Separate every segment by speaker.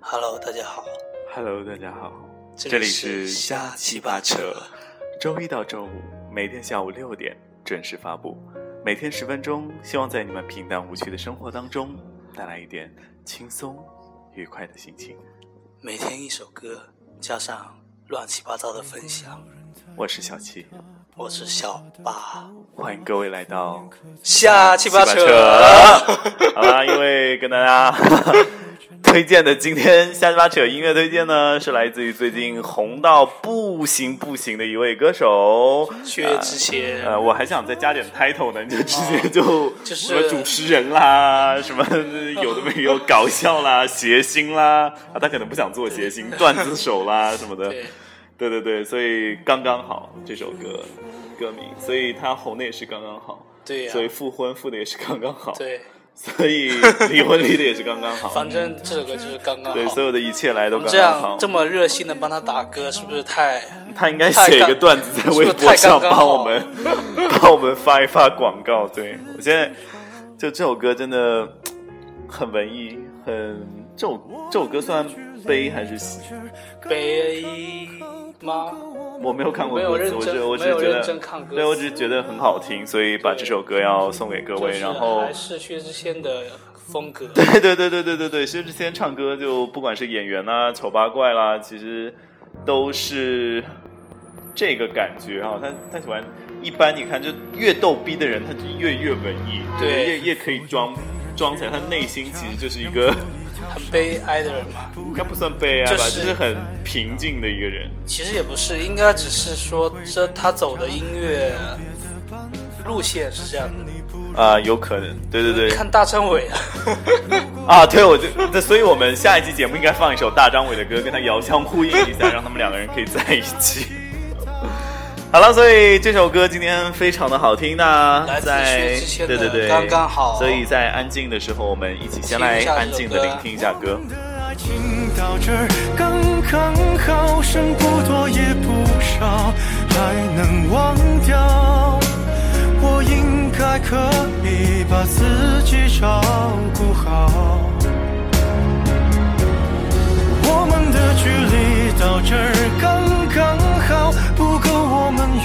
Speaker 1: Hello，大家好，
Speaker 2: Hello，大家好，
Speaker 1: 这
Speaker 2: 里
Speaker 1: 里
Speaker 2: 是
Speaker 1: 是
Speaker 2: 瞎
Speaker 1: 瞎
Speaker 2: 七
Speaker 1: 七
Speaker 2: 八
Speaker 1: 八
Speaker 2: 扯
Speaker 1: 扯，
Speaker 2: 周一到周五每天下午六点准时发布，每天十分钟，希望在你们平淡无趣的生活当中带来一点轻松愉快的心情。
Speaker 1: 每天一首歌，加上乱七八糟的分享，
Speaker 2: 我是小七，
Speaker 1: 我是小八，
Speaker 2: 欢迎各位来到
Speaker 1: 瞎七八
Speaker 2: 七
Speaker 1: 扯。
Speaker 2: 好啦，因为跟大家 推荐的今天瞎鸡巴扯音乐推荐呢，是来自于最近红到不行不行的一位歌手，
Speaker 1: 薛之谦，
Speaker 2: 呃，我还想再加点 title 呢，你就直接就、
Speaker 1: 就是
Speaker 2: 什么主持人啦，什 么有的没有搞笑啦、谐星啦，啊，他可能不想做谐星，段子手啦什么的，
Speaker 1: 对，
Speaker 2: 对对对，所以刚刚好这首歌歌名，所以他红的也是刚刚好，
Speaker 1: 对呀
Speaker 2: 所以复婚复的也是刚刚好，，
Speaker 1: 对，
Speaker 2: 所以离婚离的也是刚刚 好，
Speaker 1: 反正这首歌就是刚刚
Speaker 2: 对，所
Speaker 1: 好。
Speaker 2: 有的一切来都
Speaker 1: 我们
Speaker 2: 刚
Speaker 1: 这
Speaker 2: 刚
Speaker 1: 样
Speaker 2: 好
Speaker 1: 这。么热心的帮他打歌，是不是太
Speaker 2: 他应该写一个段子在微博上帮 我们帮我们发一发广告。对我现在就这首歌真的很文艺，很这首这首歌算悲还是喜？
Speaker 1: 悲吗？
Speaker 2: 我没有看过
Speaker 1: 没有
Speaker 2: 歌
Speaker 1: 认
Speaker 2: 词，我只
Speaker 1: 真
Speaker 2: 我只
Speaker 1: 没
Speaker 2: 是
Speaker 1: 有
Speaker 2: 觉
Speaker 1: 认真
Speaker 2: 得
Speaker 1: 看歌，词
Speaker 2: 对我只是觉得很好听，所以把这首歌要送给各
Speaker 1: 就
Speaker 2: 位。
Speaker 1: 是
Speaker 2: 然后
Speaker 1: 还是薛之谦的风格，
Speaker 2: 对对对对对对对，薛之谦唱歌就不管是演员啦、丑八怪啦，其实都是这个感觉啊。他他喜欢，一般你看就越逗逼的人，他就越越文艺，
Speaker 1: 对
Speaker 2: 就是越越可以装装起来，他内心其实就是一 个，
Speaker 1: 很悲哀的人嘛。
Speaker 2: 应该不算悲哀吧，
Speaker 1: 就
Speaker 2: 就是是、很平静的一个人。
Speaker 1: 其实也不是，应该只是说这他走的音乐路线是这样的。
Speaker 2: 啊、有可能，对对对，
Speaker 1: 看大张伟啊，
Speaker 2: 啊，对，我就，对所以我们下一期节目应该放一首大张伟的歌，跟他遥相呼应一下，让他们两个人可以在一起。好了，所以这首歌今天非常的好听呐
Speaker 1: 来，自
Speaker 2: 在
Speaker 1: 薛之谦的
Speaker 2: 对对对，
Speaker 1: 刚刚好
Speaker 2: 所以在安静的时候，我们一起先
Speaker 1: 听
Speaker 2: 来
Speaker 1: 一下这
Speaker 2: 安
Speaker 1: 首
Speaker 2: 静
Speaker 1: 歌
Speaker 2: 的聆听一下歌。
Speaker 3: 的爱情到这儿刚刚好，剩不多也不少，还能忘掉。我应该可以把自己照顾好。我们的距离到这儿刚刚好，不够我们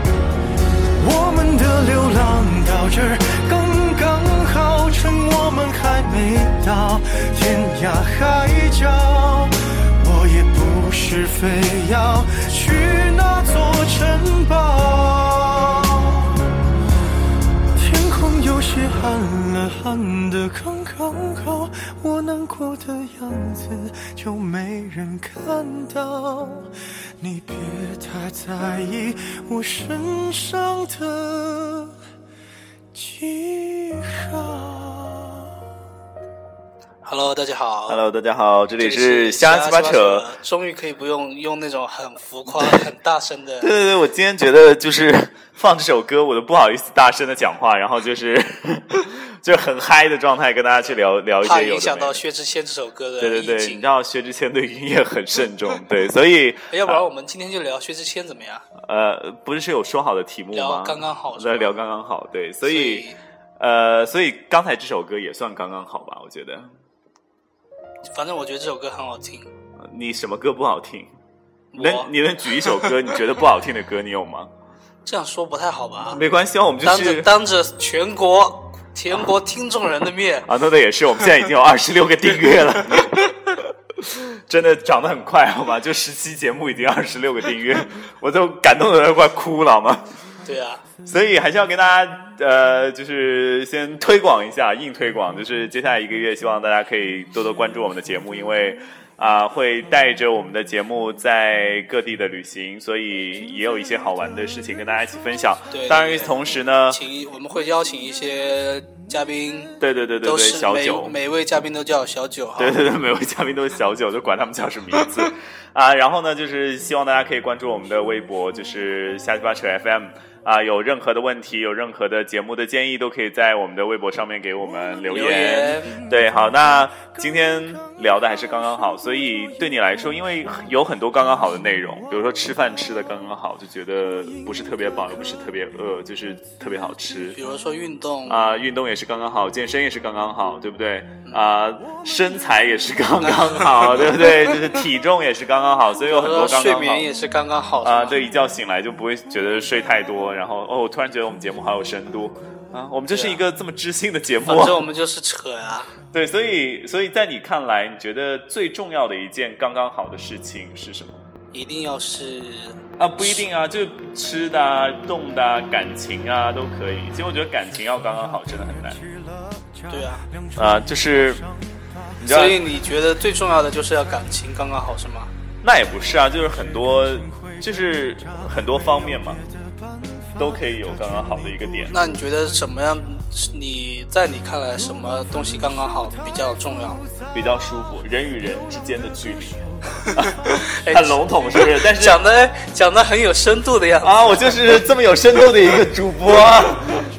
Speaker 3: 我们的流浪到这儿刚刚好，趁我们还没到天涯海角，我也不是非要去那座城堡。天空有些暗了，暗的刚刚好，我难过的样子就没人看到。你别太在意我身上的记号。
Speaker 1: Hello，大家好。
Speaker 2: Hello，大家好，这
Speaker 1: 这
Speaker 2: 里
Speaker 1: 里
Speaker 2: 是
Speaker 1: 瞎
Speaker 2: 瞎鸡巴扯。，
Speaker 1: 终于可以不用用那种很浮夸、很大声的
Speaker 2: 对对对，我今天觉得就是 放这首歌，我都不好意思大声的讲话，然后就是 就很嗨的状态跟大家去聊聊一
Speaker 1: 怕
Speaker 2: 些有
Speaker 1: 影
Speaker 2: 的
Speaker 1: 响
Speaker 2: 没
Speaker 1: 到
Speaker 2: 的
Speaker 1: 薛之谦这首歌的
Speaker 2: 对对
Speaker 1: 意
Speaker 2: 对，你
Speaker 1: 境
Speaker 2: 知。道薛之谦对音乐很慎重，对，所以
Speaker 1: 哎要不然我们今天就聊薛之谦怎么样？啊
Speaker 2: 呃，不是是有说好的题目吗
Speaker 1: 聊？刚刚好是吧
Speaker 2: 对，聊刚刚好，对，所以
Speaker 1: 所以
Speaker 2: 呃，所以刚才这首歌也算刚刚好吧？我觉得
Speaker 1: 反正我觉得这首歌很好听。
Speaker 2: 呃你什么歌不好听？
Speaker 1: 我
Speaker 2: 能你能举一首歌你觉得不好听的歌你有吗？
Speaker 1: 这样说不太好吧？
Speaker 2: 没关系，啊我们就
Speaker 1: 当着
Speaker 2: 是
Speaker 1: 当着全国全国听众人的面，
Speaker 2: 啊，那那也是，我们现在已经有二十六个订阅了。 真的涨得很快，好吗？就十期节目已经二十六个订阅，我都感动的都快哭了，好吗？
Speaker 1: 对啊，
Speaker 2: 所以还是要跟大家呃，就是先推广一下，硬推广，就是接下来一个月，希望大家可以多多关注我们的节目，因为啊、会带着我们的节目在各地的旅行，所以也有一些好玩的事情跟大家一起分享
Speaker 1: 对。
Speaker 2: 当然，与此同时呢，
Speaker 1: 请我们会邀请一些嘉宾
Speaker 2: 对对对对
Speaker 1: 都
Speaker 2: 对，
Speaker 1: 是
Speaker 2: 小
Speaker 1: 每
Speaker 2: 九，
Speaker 1: 每位嘉宾都叫小九哈。
Speaker 2: 对对对，每位嘉宾都是小九，就管他们叫什么名字啊。然后呢，就是希望大家可以关注我们的微博，就是瞎鸡巴扯 FM 啊。有任何的问题，有任何的节目的建议，都可以在我们的微博上面给我们留言。
Speaker 1: 留言
Speaker 2: 对，好，那今天聊的还是刚刚好，所以对你来说，因为有很多刚刚好的内容，比如说吃饭吃的刚刚好，就觉得不是特别饱，又不是特别饿，就是特别好吃
Speaker 1: 比。如说运动，
Speaker 2: 啊、运动也是刚刚好，健身也是刚刚好，对不对？啊、身材也是刚 刚好，对不对？就是体重也是刚刚好，所以有
Speaker 1: 比
Speaker 2: 很
Speaker 1: 如
Speaker 2: 多
Speaker 1: 说
Speaker 2: 刚
Speaker 1: 睡
Speaker 2: 刚好
Speaker 1: 眠也是刚刚好
Speaker 2: 啊、
Speaker 1: 是吧
Speaker 2: 对，一觉醒来就不会觉得睡太多，然后哦，我突然觉得我们节目好有深度啊，我们就是一个这么知性的节目
Speaker 1: 反
Speaker 2: 啊，
Speaker 1: 正我们就是扯啊。
Speaker 2: 对，所以所以在你看来，你觉得最重要的一件刚刚好的事情是什么？
Speaker 1: 一定要是
Speaker 2: 啊，不一定啊，就吃的、啊、动的、啊、感情啊都可以。其实我觉得感情要刚刚好真的很难
Speaker 1: 对啊，
Speaker 2: 啊、就是你知道
Speaker 1: 所，以你觉得最重要的就是要感情刚刚好是吗？
Speaker 2: 那也不是啊，就是很多就是很多方面嘛，都可以有刚刚好的一个点。
Speaker 1: 那你觉得什么样？你在你看来什么东西刚刚好比较重要？
Speaker 2: 比较舒服，人与人之间的距离，
Speaker 1: 哎
Speaker 2: 很笼统是不是？ 但是
Speaker 1: 讲的讲的很有深度的样子。
Speaker 2: 啊，我就是这么有深度的一个主播啊，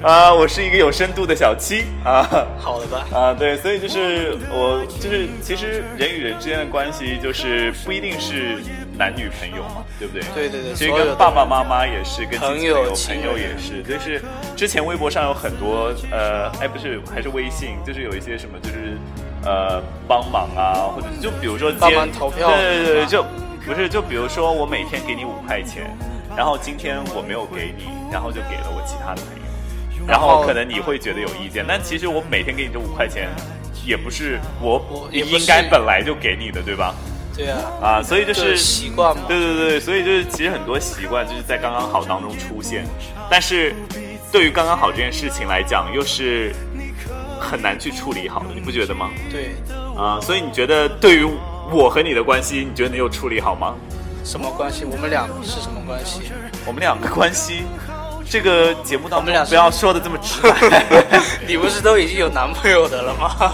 Speaker 2: 啊我是一个有深度的小七啊
Speaker 1: 好了吧？
Speaker 2: 啊，对，所以就是我就是其实人与人之间的关系就是不一定是男女朋友嘛，对不对？
Speaker 1: 对对对
Speaker 2: 其实
Speaker 1: 所有
Speaker 2: 跟
Speaker 1: 的
Speaker 2: 爸爸妈妈也是，跟亲戚
Speaker 1: 朋友
Speaker 2: 朋友
Speaker 1: 亲
Speaker 2: 朋
Speaker 1: 人
Speaker 2: 友也是，就是之前微博上有很多呃，哎不是还是微信，就是有一些什么就是呃帮忙啊，或者就比如说接
Speaker 1: 帮忙投票
Speaker 2: 对对
Speaker 1: 是
Speaker 2: 对，
Speaker 1: 吧
Speaker 2: 就不是就比如说我每天给你五块钱，然后今天我没有给你，然后就给了我其他的朋友。然后可能你会觉得有意见，但其实我每天给你这五块钱，也不是我
Speaker 1: 我也不是
Speaker 2: 应该本来就给你的，对吧？
Speaker 1: 对啊，
Speaker 2: 啊，所以
Speaker 1: 就
Speaker 2: 就
Speaker 1: 是
Speaker 2: 是
Speaker 1: 习惯嘛。
Speaker 2: 对对对，所以就是其实很多习惯就是在刚刚好当中出现，但是对于刚刚好这件事情来讲，又是很难去处理好的，你不觉得吗？
Speaker 1: 对，
Speaker 2: 啊，所以你觉得对于我和你的关系，你觉得你有处理好吗？
Speaker 1: 什么关系？我们俩是什么关系？
Speaker 2: 我们两个关系，这个节目当
Speaker 1: 我们
Speaker 2: 中
Speaker 1: 俩
Speaker 2: 不要说的这么直白。
Speaker 1: 你不是都已经有男朋友的了吗？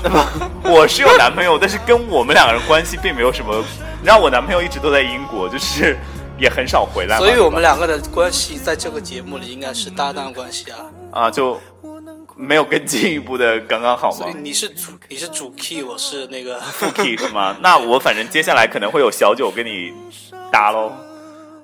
Speaker 2: 我是有男朋友，但是跟我们两个人关系并没有什么。你知道我男朋友一直都在英国，就是也很少回来嘛，
Speaker 1: 所以我们
Speaker 2: 对吧
Speaker 1: 两个的关系在这个节目里应该是搭档关系啊。
Speaker 2: 啊就没有更进一步的刚刚好嘛
Speaker 1: 所以你是主，你是主 key，我是那个。
Speaker 2: ，Key 是吗？那我反正接下来可能会有小九跟你搭喽，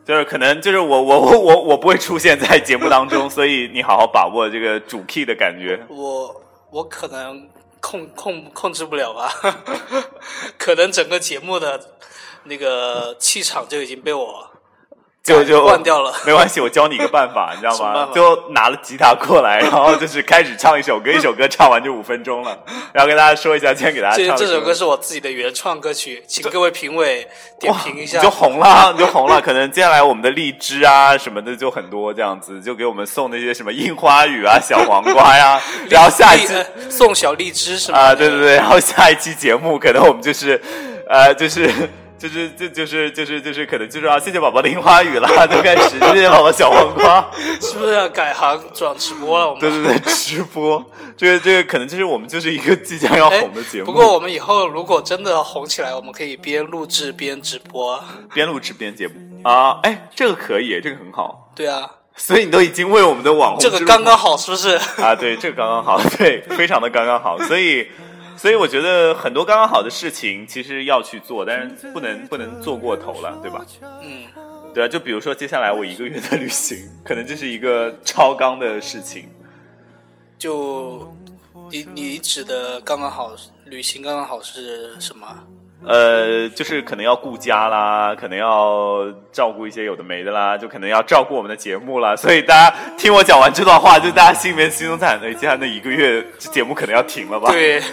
Speaker 2: 就是可能就是我我我我我不会出现在节目当中，所以你好好把握这个主 Key 的感觉。
Speaker 1: 我我可能控控控制不了吧， 可能整个节目的那个气场就已经被我
Speaker 2: 就就
Speaker 1: 换掉了
Speaker 2: 没关系，我教你一个 办法，你知道
Speaker 1: 什么办
Speaker 2: 吗？
Speaker 1: 法
Speaker 2: 就拿了吉他过来，然后就是开始唱一首歌，一首歌唱完就五分钟 了，然后跟大家说一下，今天给大家
Speaker 1: 这
Speaker 2: 唱的
Speaker 1: 这首
Speaker 2: 歌
Speaker 1: 歌是我自己的原创歌曲，请各位评委点
Speaker 2: 哇
Speaker 1: 评一下
Speaker 2: 你就。红了，你就红了。可能接下来我们的荔枝啊什么的就很多这样子，就给我们送那些什么樱花雨啊、小黄 瓜呀、然后下一
Speaker 1: 荔
Speaker 2: 次
Speaker 1: 呃 送小荔枝是吗？
Speaker 2: 啊，对对对，然后下一期节目可能我们就是，呃，就是。 就是就就是就是就是可能就是啊，谢谢宝宝的樱花雨啦，就开始谢谢宝宝小黄瓜，
Speaker 1: 对，是不是要改行转直播了？我们
Speaker 2: 对对对，直播， 这个这个可能就是我们就是一个即将要
Speaker 1: 哎
Speaker 2: 红的节目。
Speaker 1: 不过我们以后如果真的红起来，我们可以边录制边直播。啊
Speaker 2: 边录制边节目啊，哎，这个可以，这个很好。
Speaker 1: 对啊，
Speaker 2: 所以你都已经为我们的网红
Speaker 1: 这个
Speaker 2: 之路
Speaker 1: 刚刚好，是不是？
Speaker 2: 啊，对，这个刚刚好， 对，非常的刚刚好。所以，所以我觉得很多刚刚好的事情其实要去做，但是不能不能做过头了，对吧？
Speaker 1: 嗯，
Speaker 2: 对啊，就比如说接下来我一个月的旅行，可能就是一个超纲的事情。
Speaker 1: 就你你指的刚刚好，旅行刚刚好是什么？
Speaker 2: 呃，就是可能要顾家啦，可能要照顾一些有的没的啦，就可能要照顾我们的节目啦。所以大家听我讲完这段话，就大家心里面心中在，哎，接下来那一个月这节目可能要停了吧？，
Speaker 1: 对，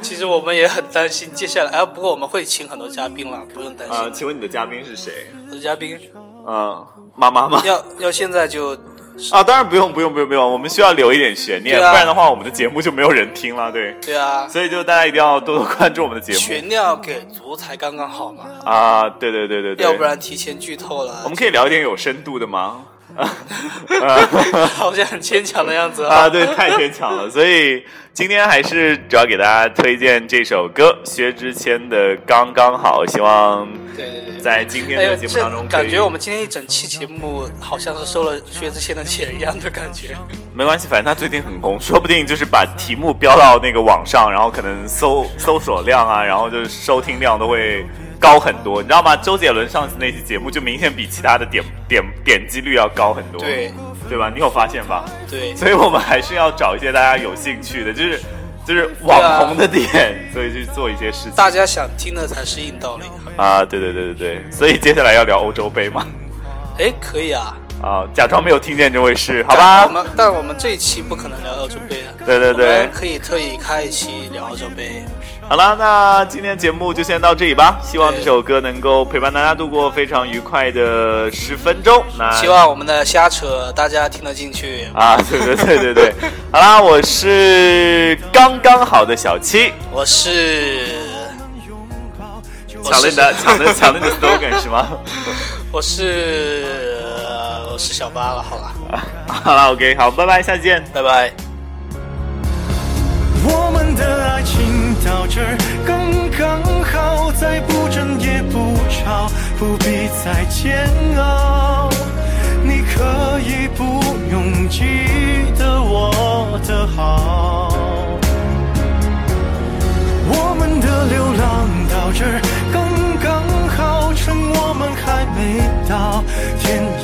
Speaker 1: 其实我们也很担心接下来，哎，不过我们会请很多嘉宾了，不用担
Speaker 2: 啊、
Speaker 1: 心。
Speaker 2: 请问你的嘉宾是谁？
Speaker 1: 很多嘉宾
Speaker 2: 嗯、妈妈吗？
Speaker 1: 要要现在就
Speaker 2: 啊，当然不用，不用，不用，不用，我们需要留一点悬念，
Speaker 1: 对啊
Speaker 2: 不然的话我们的节目就没有人听了。对，
Speaker 1: 对啊，
Speaker 2: 所以就大家一定要多多关注我们的节目
Speaker 1: 悬念要给足才刚刚好嘛，
Speaker 2: 啊！对对对对对，
Speaker 1: 要不然提前剧透了
Speaker 2: 我。们可以聊一点有深度的吗？
Speaker 1: 好像很牵强的样 子
Speaker 2: 啊，对，太牵强了。所以今天还是主要给大家推荐这首歌薛之谦的《刚刚好》，希望
Speaker 1: 对对对。
Speaker 2: 在今天
Speaker 1: 哎
Speaker 2: 的
Speaker 1: 呦，
Speaker 2: 节目
Speaker 1: 这
Speaker 2: 当中可以，
Speaker 1: 感觉我们今天一整期节目好像是收了薛之谦的钱一样的感 觉。
Speaker 2: 没关系，反正他最近很红，说不定就是把题目标到那个网上，然后可能搜搜索量啊，然后就是收听量都会高很多，你知道吗？周杰伦上次那期节目就明显比其他的点点点击率要高很多，
Speaker 1: 对
Speaker 2: 对吧？你有发现吧？
Speaker 1: 对，
Speaker 2: 所以我们还是要找一些大家有兴趣的，就是就是网红的点，所以去做一些事情
Speaker 1: 啊大家想听的才是硬道理。
Speaker 2: 啊。对对对对对，所以接下来要聊欧洲杯嘛，
Speaker 1: 哎，可以啊，
Speaker 2: 啊，假装没有听见这回事，好吧？
Speaker 1: 我们但我们这一期不可能聊欧洲杯啊。
Speaker 2: 对对对
Speaker 1: 我们可以特意开一期聊欧洲杯。
Speaker 2: 好了，那今天节目就先到这里吧。希望这首歌能够陪伴大家度过非常愉快的十分钟。那
Speaker 1: 希望我们的瞎扯大家听得进去。
Speaker 2: 啊，对对对对对，好啦，我是刚刚好的小七，
Speaker 1: 我是我
Speaker 2: 抢
Speaker 1: 是
Speaker 2: 了你的抢了抢了你的 slogan 是吗？
Speaker 1: 我是呃我是小八了，好了，
Speaker 2: 好了，OK，好，拜拜，下期见。
Speaker 1: 拜拜。
Speaker 3: 我们的爱情到这儿刚刚好，再不争也不吵，不必再煎熬。你可以不用记得我的好。我们的流浪到这儿刚刚好，趁我们还没到天